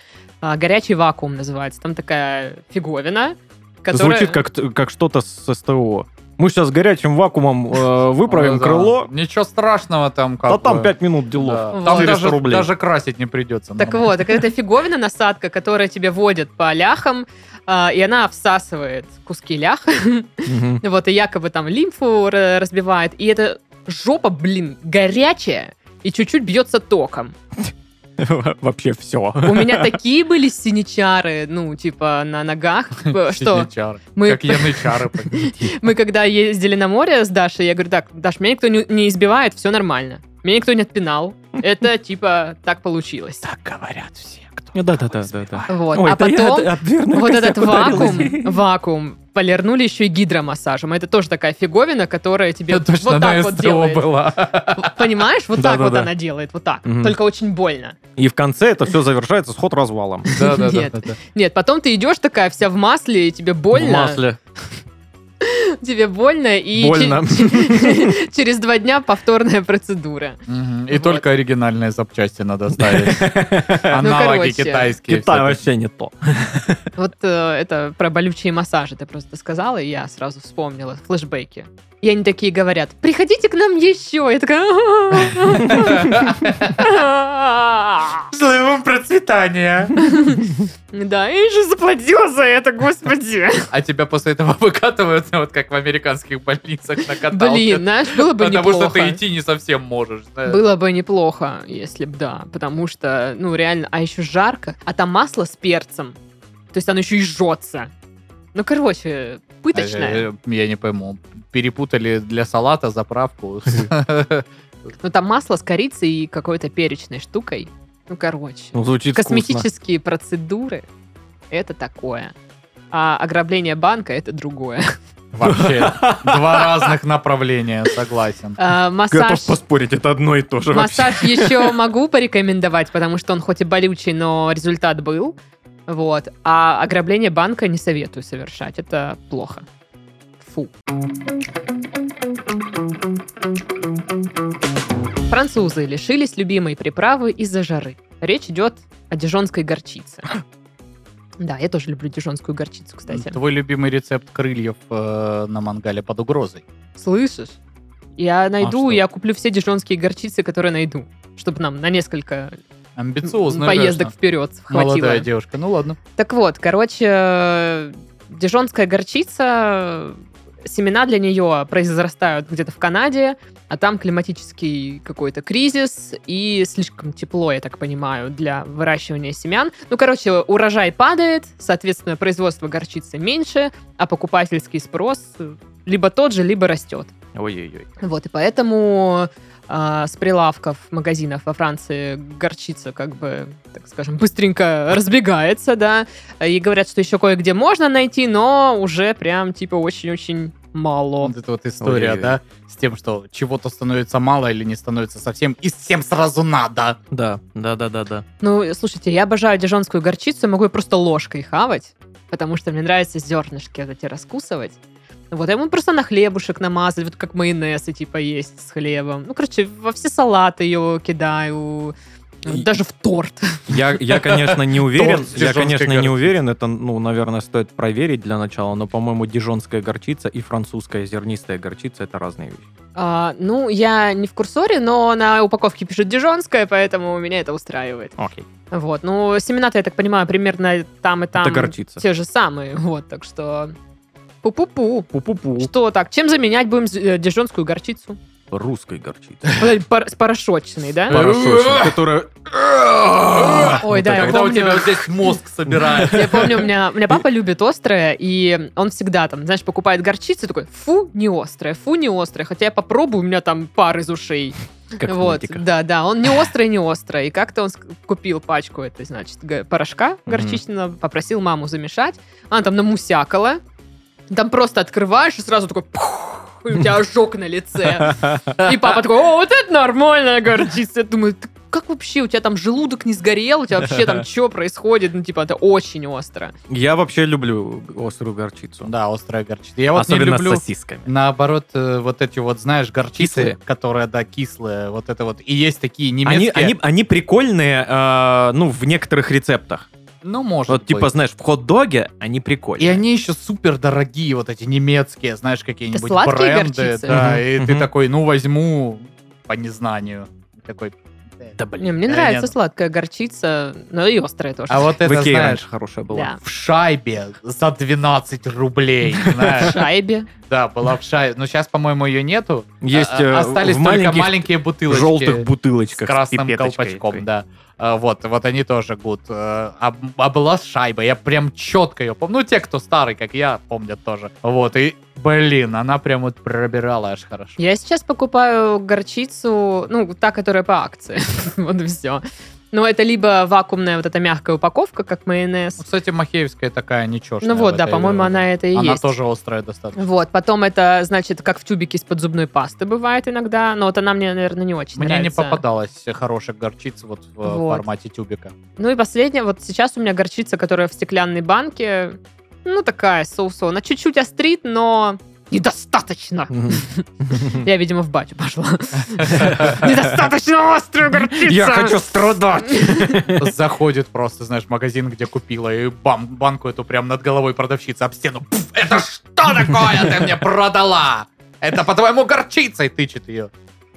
а, горячий вакуум называется. Там такая фиговина, которая... Звучит как, т- как что-то с СТО. Мы сейчас горячим вакуумом э, выправим да. крыло, Ничего страшного там как а там бы. 5 минут делов. Да. Вот. Там 400 даже, рублей. даже красить не придется. Так нормально. вот, так это фиговина насадка, которая тебе водят по ляхам, а, и она всасывает куски лях, Мгм. вот, и якобы там лимфу ра- разбивает, и эта жопа, блин, горячая, и чуть-чуть бьется током. Вообще все. У меня такие были синичары, ну, типа, на ногах, типа, что Синичары. мы- Как янычары. понимаете. мы когда ездили на море с Дашей, я говорю, так, Даш, меня никто не не избивает, все нормально. Меня никто не отпинал. Это, типа, так получилось. Так говорят все, кто... Да-да-да. Вот. а потом... ну, Вот этот вакуум, Ударилась. вакуум полирнули еще и гидромассажем. Это тоже такая фиговина, которая тебе Это точно вот на так вот СТО делает. была. Понимаешь? Вот так вот Да-да-да. она делает, вот так. Мгм. Только очень больно. И в конце это все завершается сход развалом. Да, да, да, Нет. да, да. Нет, потом ты идешь такая вся в масле, и тебе В больно. масле. Тебе больно, и Больно. че- через два дня повторная процедура. Мгм. Вот. И Ну, только оригинальные запчасти надо ставить. Аналоги короче. китайские. Китай всякие. вообще не то. Вот э, это про болючие массажи ты просто сказала, и я сразу вспомнила флешбеки. И они такие говорят, приходите к нам еще. Я такая... Взрывом процветания. Да, я же заплатила за это, господи. А тебя после этого выкатывают, вот как в американских больницах на каталке. Блин, знаешь, было бы Потому что неплохо. ты идти не совсем можешь. знаешь. Было бы неплохо, если бы да, потому что, ну, реально, а еще жарко, а там масло с перцем, то есть оно еще и жжется. Ну, короче, пыточное. Э, э, Я не пойму. Перепутали для салата заправку. Но там масло с корицей и какой-то перечной штукой. Ну, короче. Ну, звучит вкусно. Косметические процедуры — это такое. А ограбление банка — это другое. Вообще, два разных направления, согласен. А, массаж... Готов поспорить, это одно и то же вообще. Массаж еще могу порекомендовать, потому что он хоть и болючий, но результат был. Вот. А ограбление банка не советую совершать. Это плохо. Фу. Французы лишились любимой приправы из-за жары. Речь идет о дижонской горчице. Да, я тоже люблю дижонскую горчицу, А, кстати. Ну, Твой любимый рецепт крыльев э, на мангале под угрозой. Слышишь? Я найду, А что? я куплю все дижонские горчицы, которые найду, чтобы нам на несколько Амбициозно. поездок конечно. вперед хватило. Молодая девушка. Ну ладно. Так вот, короче, э, дижонская горчица, э, семена для нее произрастают где-то в Канаде, а там климатический какой-то кризис и слишком тепло, я так понимаю, для выращивания семян. Ну, короче, урожай падает, соответственно, производство горчицы меньше, а покупательский спрос э, либо тот же, либо растет. Ой-ой-ой. Вот, и поэтому а, с прилавков магазинов во Франции горчица, как бы, так скажем, быстренько разбегается, да, и говорят, что еще кое-где можно найти, но уже прям, типа, очень-очень мало. Вот эта вот история, Ой-ой-ой. да, с тем, что чего-то становится мало или не становится совсем, и всем сразу надо. Да, да-да-да-да. Ну, слушайте, я обожаю дижонскую горчицу, могу ее просто ложкой хавать, потому что мне нравится зернышки вот эти раскусывать. Вот, а ему просто на хлебушек намазать, вот как майонезы, типа, есть с хлебом. Ну, короче, во все салаты ее кидаю, И- даже в торт. Я, я, конечно, не уверен. Торт с Я, дижонской конечно, не горчицей. уверен. Это, ну, наверное, стоит проверить для начала. Но, по-моему, дижонская горчица и французская зернистая горчица — это разные вещи. А, ну, я не в курсоре, но на упаковке пишут дижонская, поэтому меня это устраивает. Окей. Вот, ну, семена-то, я так понимаю, примерно там и там. Это горчица. Те же самые, вот, так что... Пу-пу-пу. Пу-пу-пу. Что так, чем заменять будем з- э, дижонскую горчицу? русской горчицы. Вот эти пар- С порошочной, да? А, Порошочной, которая... а Ой, Вот да, я это вот. Когда у помню. тебя вот здесь мозг собирает. Я помню, у меня, у меня папа любит острое, и он всегда там, знаешь, покупает горчицу, такой, фу, не острое, фу, не острое. Хотя я попробую, у меня там пар из ушей. Как вот, фанатика. да, да, он не острый, не острый. И как-то он ск- купил пачку этой, значит, г- порошка Мгм. горчичного, попросил маму замешать. Она там намусякала. Там просто открываешь, и сразу такой пух, и у тебя ожог на лице. И папа такой, о, вот это нормальная горчица. Я думаю, «Ты как вообще, у тебя там желудок не сгорел, у тебя вообще там что происходит? Ну, типа, это очень остро. Я вообще люблю острую горчицу. Да, острая горчица. Я Я вот не Особенно люблю... с сосисками. Наоборот, э, вот эти вот, знаешь, горчицы, Кислые. которые, да, кислые, вот это вот. И есть такие Они, немецкие. они, они прикольные, э, ну, в некоторых рецептах. Ну, может Вот, типа, быть. знаешь, в хот-доге они прикольные. И они еще супер дорогие, вот эти немецкие, знаешь, какие-нибудь Это сладкие бренды. горчицы? Да, Мгм, и мгм. ты такой, ну, возьму по незнанию. Такой, э, Да, Не, блин. мне Э, нравится нет. сладкая горчица, но и острая тоже. А вот В это, Икее знаешь, раньше хорошая была. да. в шайбе за 12 рублей, А знаешь. В шайбе. Да, была в шайбе. Но сейчас, по-моему, ее нету. Есть А- э, Остались в только маленьких маленькие бутылочки. желтых бутылочках с красным пипеточкой. колпачком, да. А, Вот, вот они тоже гуд. Э, А, а была шайба, я прям четко ее помню. Ну, те, кто старый, как я, помнят тоже. Вот, и, блин, она прям вот пробирала аж хорошо. Я сейчас покупаю горчицу, ну, та, которая по акции. Вот и все. Но это либо вакуумная вот эта мягкая упаковка, как майонез. Ну, Кстати, Махеевская такая ничего. Ну вот, да, по-моему, она это и Она есть. тоже острая достаточно. Вот, потом это, значит, как в тюбике из-под зубной пасты бывает иногда, но вот она мне, наверное, не очень Мне нравится. не попадалась хорошая горчица вот в э, Вот. формате тюбика. Ну и последняя, вот сейчас у меня горчица, которая в стеклянной банке, ну такая, соусо. Она чуть-чуть острит, но недостаточно. Мгм. Я, видимо, в батю пошла. Недостаточно острую горчицу. Я хочу страдать! Заходит просто, знаешь, в магазин, где купила, и бам, банку эту прям над головой продавщица об стену. «Пф, это что такое ты мне продала? Это по-твоему горчица! И тычет ее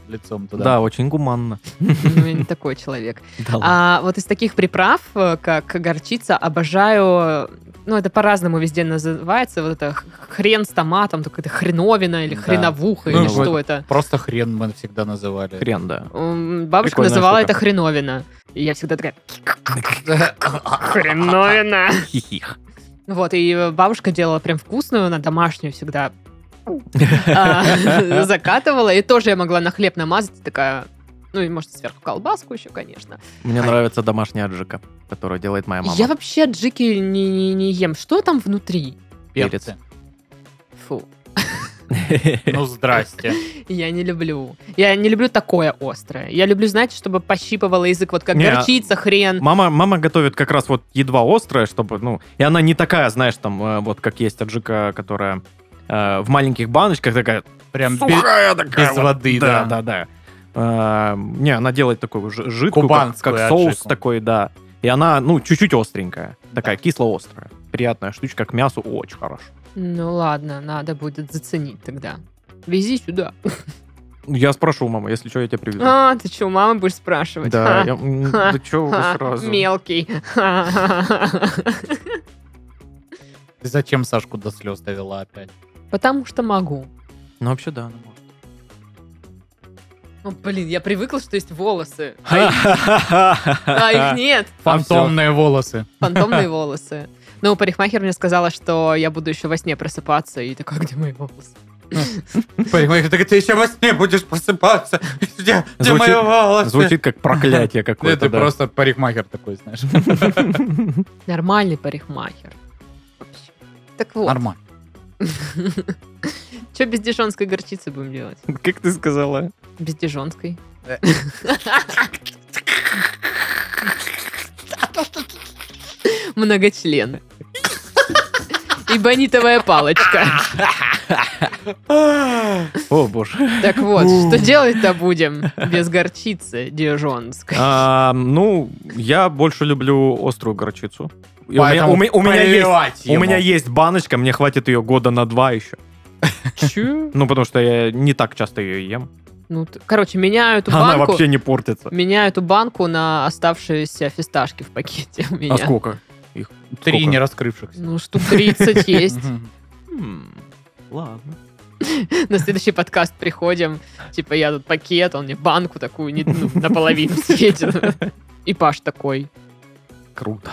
лицом туда. Да, очень гуманно. Ну, я не такой человек. Да Ну ладно. А вот из таких приправ, э, как горчица, обожаю... Ну, это по-разному везде называется. Вот это х- хрен с томатом, только это хреновина или Да. хреновуха, Ну, или вот. что это. Просто хрен мы всегда называли. Хрен, да. М, Бабушка Прикольная называла штука. это хреновина. И я всегда такая... Хреновина. Хихих. Вот, и бабушка делала прям вкусную, она домашнюю всегда а, закатывала. И тоже я могла на хлеб намазать, и такая... Ну, и, может, сверху колбаску еще, конечно. Мне Ай. нравится домашняя аджика, которую делает моя мама. Я вообще джики не, не- не ем. Что там внутри? Перцы. Фу. Ну, здрасте. Я не люблю. Я не люблю такое острое. Я люблю, знаете, чтобы пощипывало язык, вот как Не, а- горчица, хрен. Мама, мама готовит как раз вот едва острое, чтобы, ну, и она не такая, знаешь, там, э, вот как есть аджика, которая э, в маленьких баночках такая Прям бе- сухая такая. без вот. воды, да. Да, да. да, Э, Не, она делает такую жи- жидкую, как, Кубанскую как соус аджику. такой, да. И она, ну, чуть-чуть остренькая, такая кисло-острая. Приятная штучка к мясу, очень хорошо. Ну ладно, надо будет заценить тогда. Вези сюда. Я спрошу у мамы, если что, я тебя привезу. А, ты что, мама будешь спрашивать? Ха. Да, я- м, Ха. да чё вы Ха. сразу? Мелкий. Ты зачем Сашку до слез довела опять? Потому что могу. Ну, вообще, да. она может. Ну, блин, я привыкла, что есть волосы. А их- а их нет. Фантомные волосы. Фантомные волосы. Ну, парикмахер мне сказала, что я буду еще во сне просыпаться, и такая, «А где мои волосы? Понимаешь, так ты еще во сне будешь просыпаться. Где, где Звучит- мои волосы? Звучит как проклятие Нет, какое-то, ты да. просто парикмахер такой, знаешь. Нормальный парикмахер. Вообще. Так вот, Нормально. что без дижонской горчицы будем делать? Как ты сказала? Без дижонской. Э. Многочлен. И бонитовая палочка. О, боже. Так вот, что делать-то будем без горчицы дижонской? А, Ну, я больше люблю острую горчицу. И у меня- Поэтому У меня- у меня есть плевать У ему. меня есть баночка, мне хватит ее года на два еще. Чё? Ну, потому что я не так часто ее ем. Ну, т- короче, меняю эту Она банку. вообще не портится. Меняю эту банку на оставшиеся фисташки в пакете у меня. А сколько? Их? Три Сколько? не раскрывшихся. Ну, штук 30 есть. Мгм. М, Хм, Ладно. На следующий подкаст приходим, типа, я тут пакет, он мне банку такую не, ну, наполовину съедет. И Паш такой. Круто.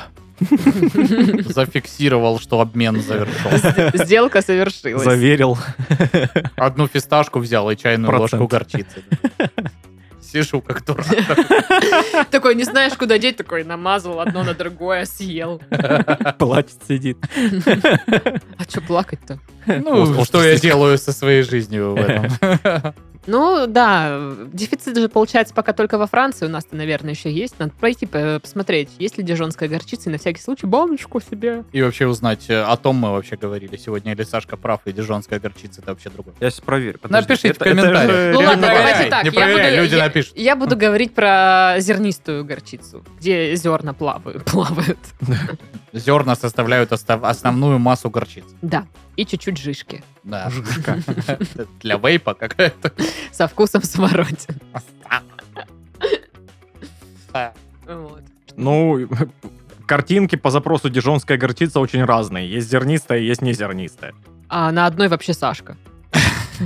Зафиксировал, что обмен завершен. Сделка совершилась. Заверил. Одну фисташку взял и чайную Процент. ложку горчицы. Сижу как дурак. Такой, не знаешь, куда деть, такой намазал одно на другое, съел. Плачет, сидит. А что плакать-то? Ну, Острый что я стих. делаю со своей жизнью в этом? Ну, да, дефицит же получается пока только во Франции. У нас-то, наверное, еще есть. Надо пройти, по- посмотреть, есть ли дижонская горчица, и на всякий случай баночку себе. И вообще узнать, э, о том мы вообще говорили сегодня, или Сашка прав, и дижонская горчица это вообще другое. Я сейчас проверю. Подожди, Напишите в это- это же комментариях. Ну Не ладно, проверяй, давайте так, Не я проверяй, буду- люди я- напишут. Я буду говорить про зернистую горчицу, где зерна плавают. плавают. Зерна составляют остав- основную массу горчицы. Да, и чуть-чуть жишки. Да. Для вейпа какая-то. Со вкусом смородины. Вот. Ну, картинки по запросу дижонская горчица очень разные. Есть зернистая, есть незернистая. А на одной вообще Сашка.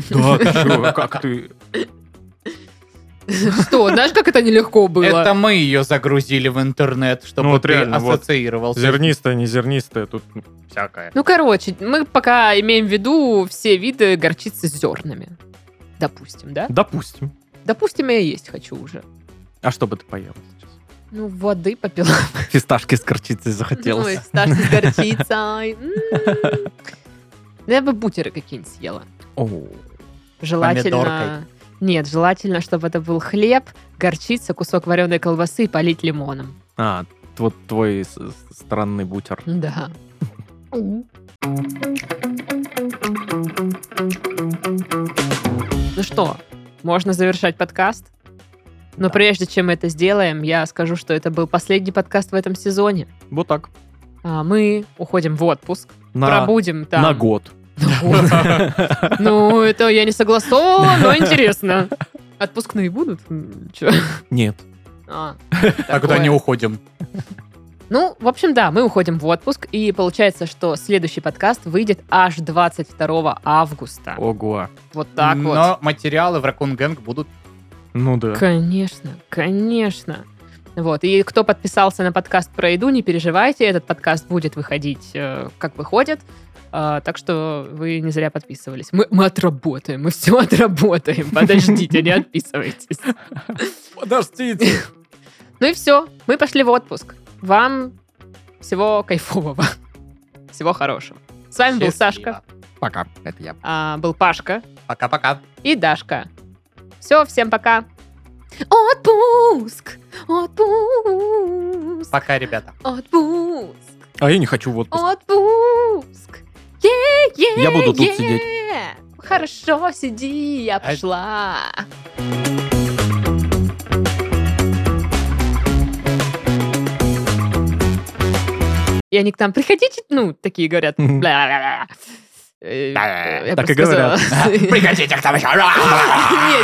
Да, ты чё, как ты? Что, знаешь, как это нелегко Это было? мы ее загрузили в интернет, Ну чтобы вот ты реально, вот. ассоциировался. Зернистая, незернистая, тут всякое. Ну, короче, мы пока имеем в виду все виды горчицы с зернами. Допустим, да? Допустим. Допустим, я есть хочу уже. А что бы ты поела сейчас? Ну, воды попила. Фисташки с горчицей Ну, и старше с горчицей. М. Ну, я бы бутеры какие-нибудь съела. Оу. Желательно... Помидоркой. Нет, желательно, чтобы это был хлеб, горчица, кусок вареной колбасы и полить лимоном. А, вот твой с- с- странный бутер. Да. Ну что, можно завершать подкаст? Но прежде чем мы это сделаем, я скажу, что это был последний подкаст в этом сезоне. Вот так. А Мы уходим в отпуск, На, пробудем там. на год. Ну, это я не согласовывала, но интересно. Отпускные будут? М, чё? Нет. А, Тогда такое. не уходим. Ну, в общем, да, мы уходим в отпуск, и получается, что следующий подкаст выйдет аж 22 августа. Ого. Вот так вот. Но материалы в Raccoon Gang будут... Ну да. Конечно, конечно. Вот, и кто подписался на подкаст про еду, не переживайте, этот подкаст будет выходить, э, как выходит. А, так что вы не зря подписывались. Мы, мы отработаем, мы все отработаем. Подождите, не отписывайтесь. Подождите. Ну и все, мы пошли в отпуск. Вам всего кайфового, всего хорошего. С вами был Сашка, Пока. Это я. а, был Пашка Пока-пока. и Дашка. Все, всем пока. Отпуск, отпуск. Пока, ребята. Отпуск! А я не хочу вот. Отпуск! Е-е-е! Я буду тут сидеть. Хорошо, сиди, я А- пошла. И они к нам, приходите, ну, такие говорят. Мгм. «Бла-бла-бла». Э, я Так просто и говорят. сказала. Приходите к нам еще. Нет,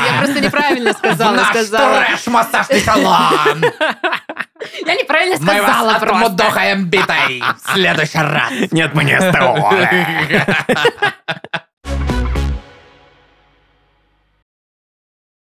я просто неправильно сказала. А. Наш сказала. трэш-массажный салон. Я неправильно Мы сказала вас просто. отмудохаем битой. В следующий раз. Нет, мне СТО.